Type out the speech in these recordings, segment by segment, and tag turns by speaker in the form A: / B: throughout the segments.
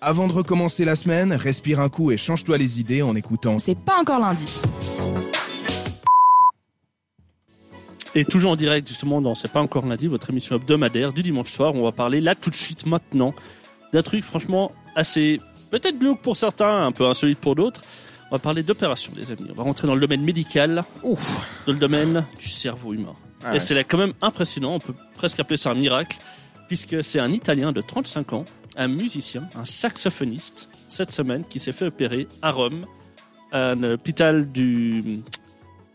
A: Avant de recommencer la semaine, respire un coup et change-toi les idées en écoutant.
B: C'est pas encore lundi.
C: Et toujours en direct, justement, dans C'est pas encore lundi, votre émission hebdomadaire du dimanche soir. On va parler là tout de suite, maintenant, d'un truc franchement assez peut-être glauque pour certains, un peu insolite pour d'autres. On va parler d'opération, les amis. On va rentrer dans le domaine médical, dans le domaine du cerveau humain.
A: Ah
C: Et
A: ouais.
C: c'est là quand même impressionnant, on peut presque appeler ça un miracle, puisque c'est un Italien de 35 ans, un musicien, un saxophoniste, cette semaine, qui s'est fait opérer à Rome, à un hôpital du...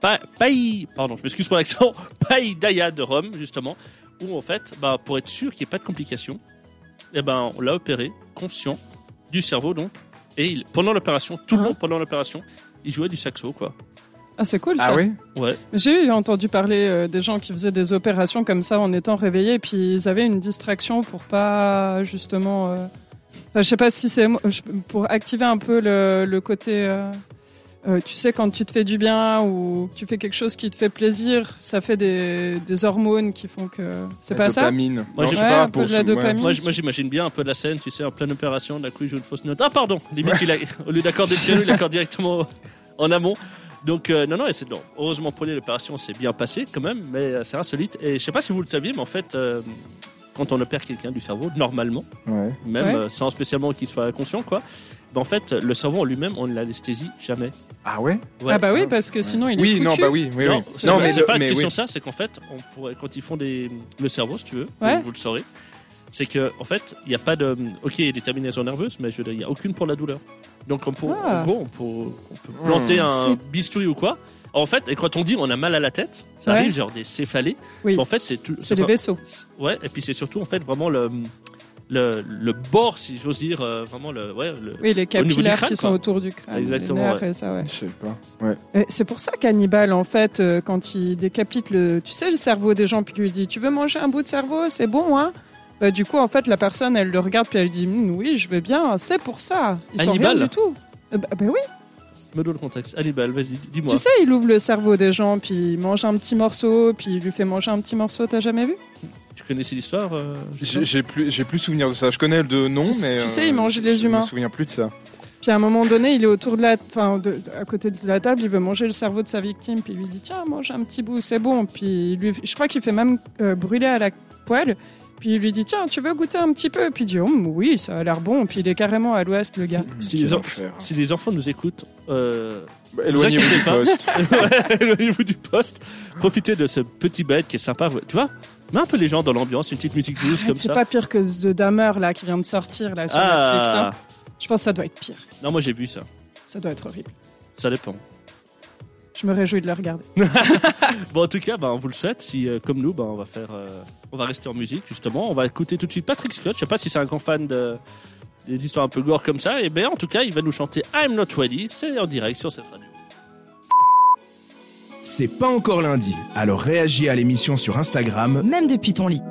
C: Pa- Pai... Pardon, je m'excuse pour l'accent. Paidaia de Rome, justement, où en fait, bah, pour être sûr qu'il n'y ait pas de complications, eh ben, on l'a opéré, conscient, du cerveau donc, et il- pendant l'opération, tout le
D: Ah.
C: long pendant l'opération, il jouait du saxo, quoi.
D: Ah, c'est cool ça.
A: Ah oui
C: Ouais.
D: J'ai entendu parler euh, des gens qui faisaient des opérations comme ça en étant réveillés, puis ils avaient une distraction pour pas justement. euh, enfin, je sais pas si c'est mo- je- pour activer un peu le, le côté. euh, euh, tu sais, quand tu te fais du bien ou tu fais quelque chose qui te fait plaisir, ça fait des, des hormones qui font que. C'est pas ça
A: dopamine. Non,
C: Moi,
A: je
C: j'ai-
A: sais
D: Ouais,
A: pas,
D: un peu
A: pour
D: de la
A: ce- ouais.
D: dopamine.
C: Moi, j- moi, j'imagine bien un peu la scène, tu sais, en pleine opération, d'un coup il joue une fausse note. Ah pardon, limite il a, au lieu d'accorder le piano, il accorde directement en amont. Donc euh, non non, et c'est non. Heureusement pour lui, l'opération s'est bien passée quand même, mais euh, c'est insolite. Et je sais pas si vous le saviez, mais en fait, euh, quand on opère quelqu'un du cerveau, normalement,
A: Ouais.
C: même
D: Ouais.
C: euh, sans spécialement qu'il soit conscient, quoi, ben, en fait, le cerveau en lui-même, on ne l'anesthésie jamais.
A: Ah ouais
C: Ouais.
D: Ah bah oui, parce que sinon il est.
A: Oui, non,
D: foutu.
A: bah oui, oui,
C: non,
A: oui.
C: c'est
A: Non,
C: pas- c'est
A: le-
C: pas une
A: mais
C: question
A: oui.
C: de ça, c'est qu'en fait, on pourrait, quand ils font des, le cerveau, si tu veux,
D: Ouais.
C: vous- vous le saurez, c'est que en fait, il n'y a pas de. Ok, il y a des terminaisons nerveuses, mais je veux dire, il n'y a aucune pour la douleur. Donc, on peut,
D: Ah.
C: en gros, on peut, on peut
A: Hmm.
C: planter un
B: C'est-
C: bistouri ou quoi. En fait, et quand on dit on a mal à la tête, ça
D: Ouais.
C: arrive, genre des céphalées.
D: Oui.
C: En fait, c'est tout.
D: C'est les vaisseaux.
C: C'est- Ouais, et puis c'est surtout en fait vraiment le, le, le bord, si j'ose dire, euh, vraiment le. Ouais, le-
D: Oui, les
C: niveau du
D: capillaires
C: crâne,
D: qui sont
C: quoi.
D: autour du crâne. les
C: Exactement,
D: nerfs
C: ouais.
D: et ça, ouais.
A: Je sais pas. Ouais.
D: Et C'est pour ça qu'Hannibal, en fait, euh, quand il décapite le, tu sais, le cerveau des gens, puis qu'il lui dit, tu veux manger un bout de cerveau, c'est bon, hein bah, Du coup, en fait, la personne, elle le regarde, puis elle dit, Hum, oui, je veux bien, c'est pour ça. Ils sont
C: Hannibal
D: rien du tout. Euh, bah, bah oui,
C: Me donne le contexte. Hannibal, vas-y, dis-moi.
D: tu sais, il ouvre le cerveau des gens, puis il mange un petit morceau, puis il lui fait manger un petit morceau, t'as jamais vu
C: Tu connaissais l'histoire euh, Justin
A: J'ai j'ai plus, j'ai plus souvenir de ça. Je connais le nom,
D: Tu-
A: mais. euh,
D: tu sais, ils mangeaient les
A: Je
D: humains.
A: me souviens plus de ça.
D: Puis à un moment donné, il est autour de la, enfin, de- de- à côté de la table, il veut manger le cerveau de sa victime, puis il lui dit tiens, mange un petit bout, c'est bon. Puis il lui, je crois qu'il fait même euh, brûler à la poêle. Puis il lui dit tiens, tu veux goûter un petit peu Puis il dit Hum, oui, ça a l'air bon. Puis il est carrément à l'ouest, le gars.
C: Si
A: Quel
C: les, en-
A: enfer.
C: si les enfants nous écoutent, euh,
A: Bah, Éloignez-vous
C: inquiétez
A: du
C: pas.
A: poste.
C: éloignez-vous du poste, profitez de ce petit bête qui est sympa. Tu vois, mets un peu les gens dans l'ambiance, une petite musique douce comme
D: C'est
C: ça.
D: pas pire que The Dammer là qui vient de sortir là sur Netflix. hein.
C: ah,
D: Je pense que ça doit être pire.
C: non, moi j'ai vu ça.
D: Ça doit être horrible.
C: Ça dépend.
D: Je me réjouis de le regarder.
C: Bon, en tout cas, ben, on vous le souhaite. Si, euh, comme nous, ben, on va faire, euh, on va rester en musique justement. On va écouter tout de suite Patrick Scott. Je sais pas si c'est un grand fan de des histoires un peu gore comme ça. Et ben, en tout cas, il va nous chanter I'm Not Ready. C'est en direct sur cette radio.
A: C'est pas encore lundi, alors réagis à l'émission sur Instagram
B: Même depuis ton lit.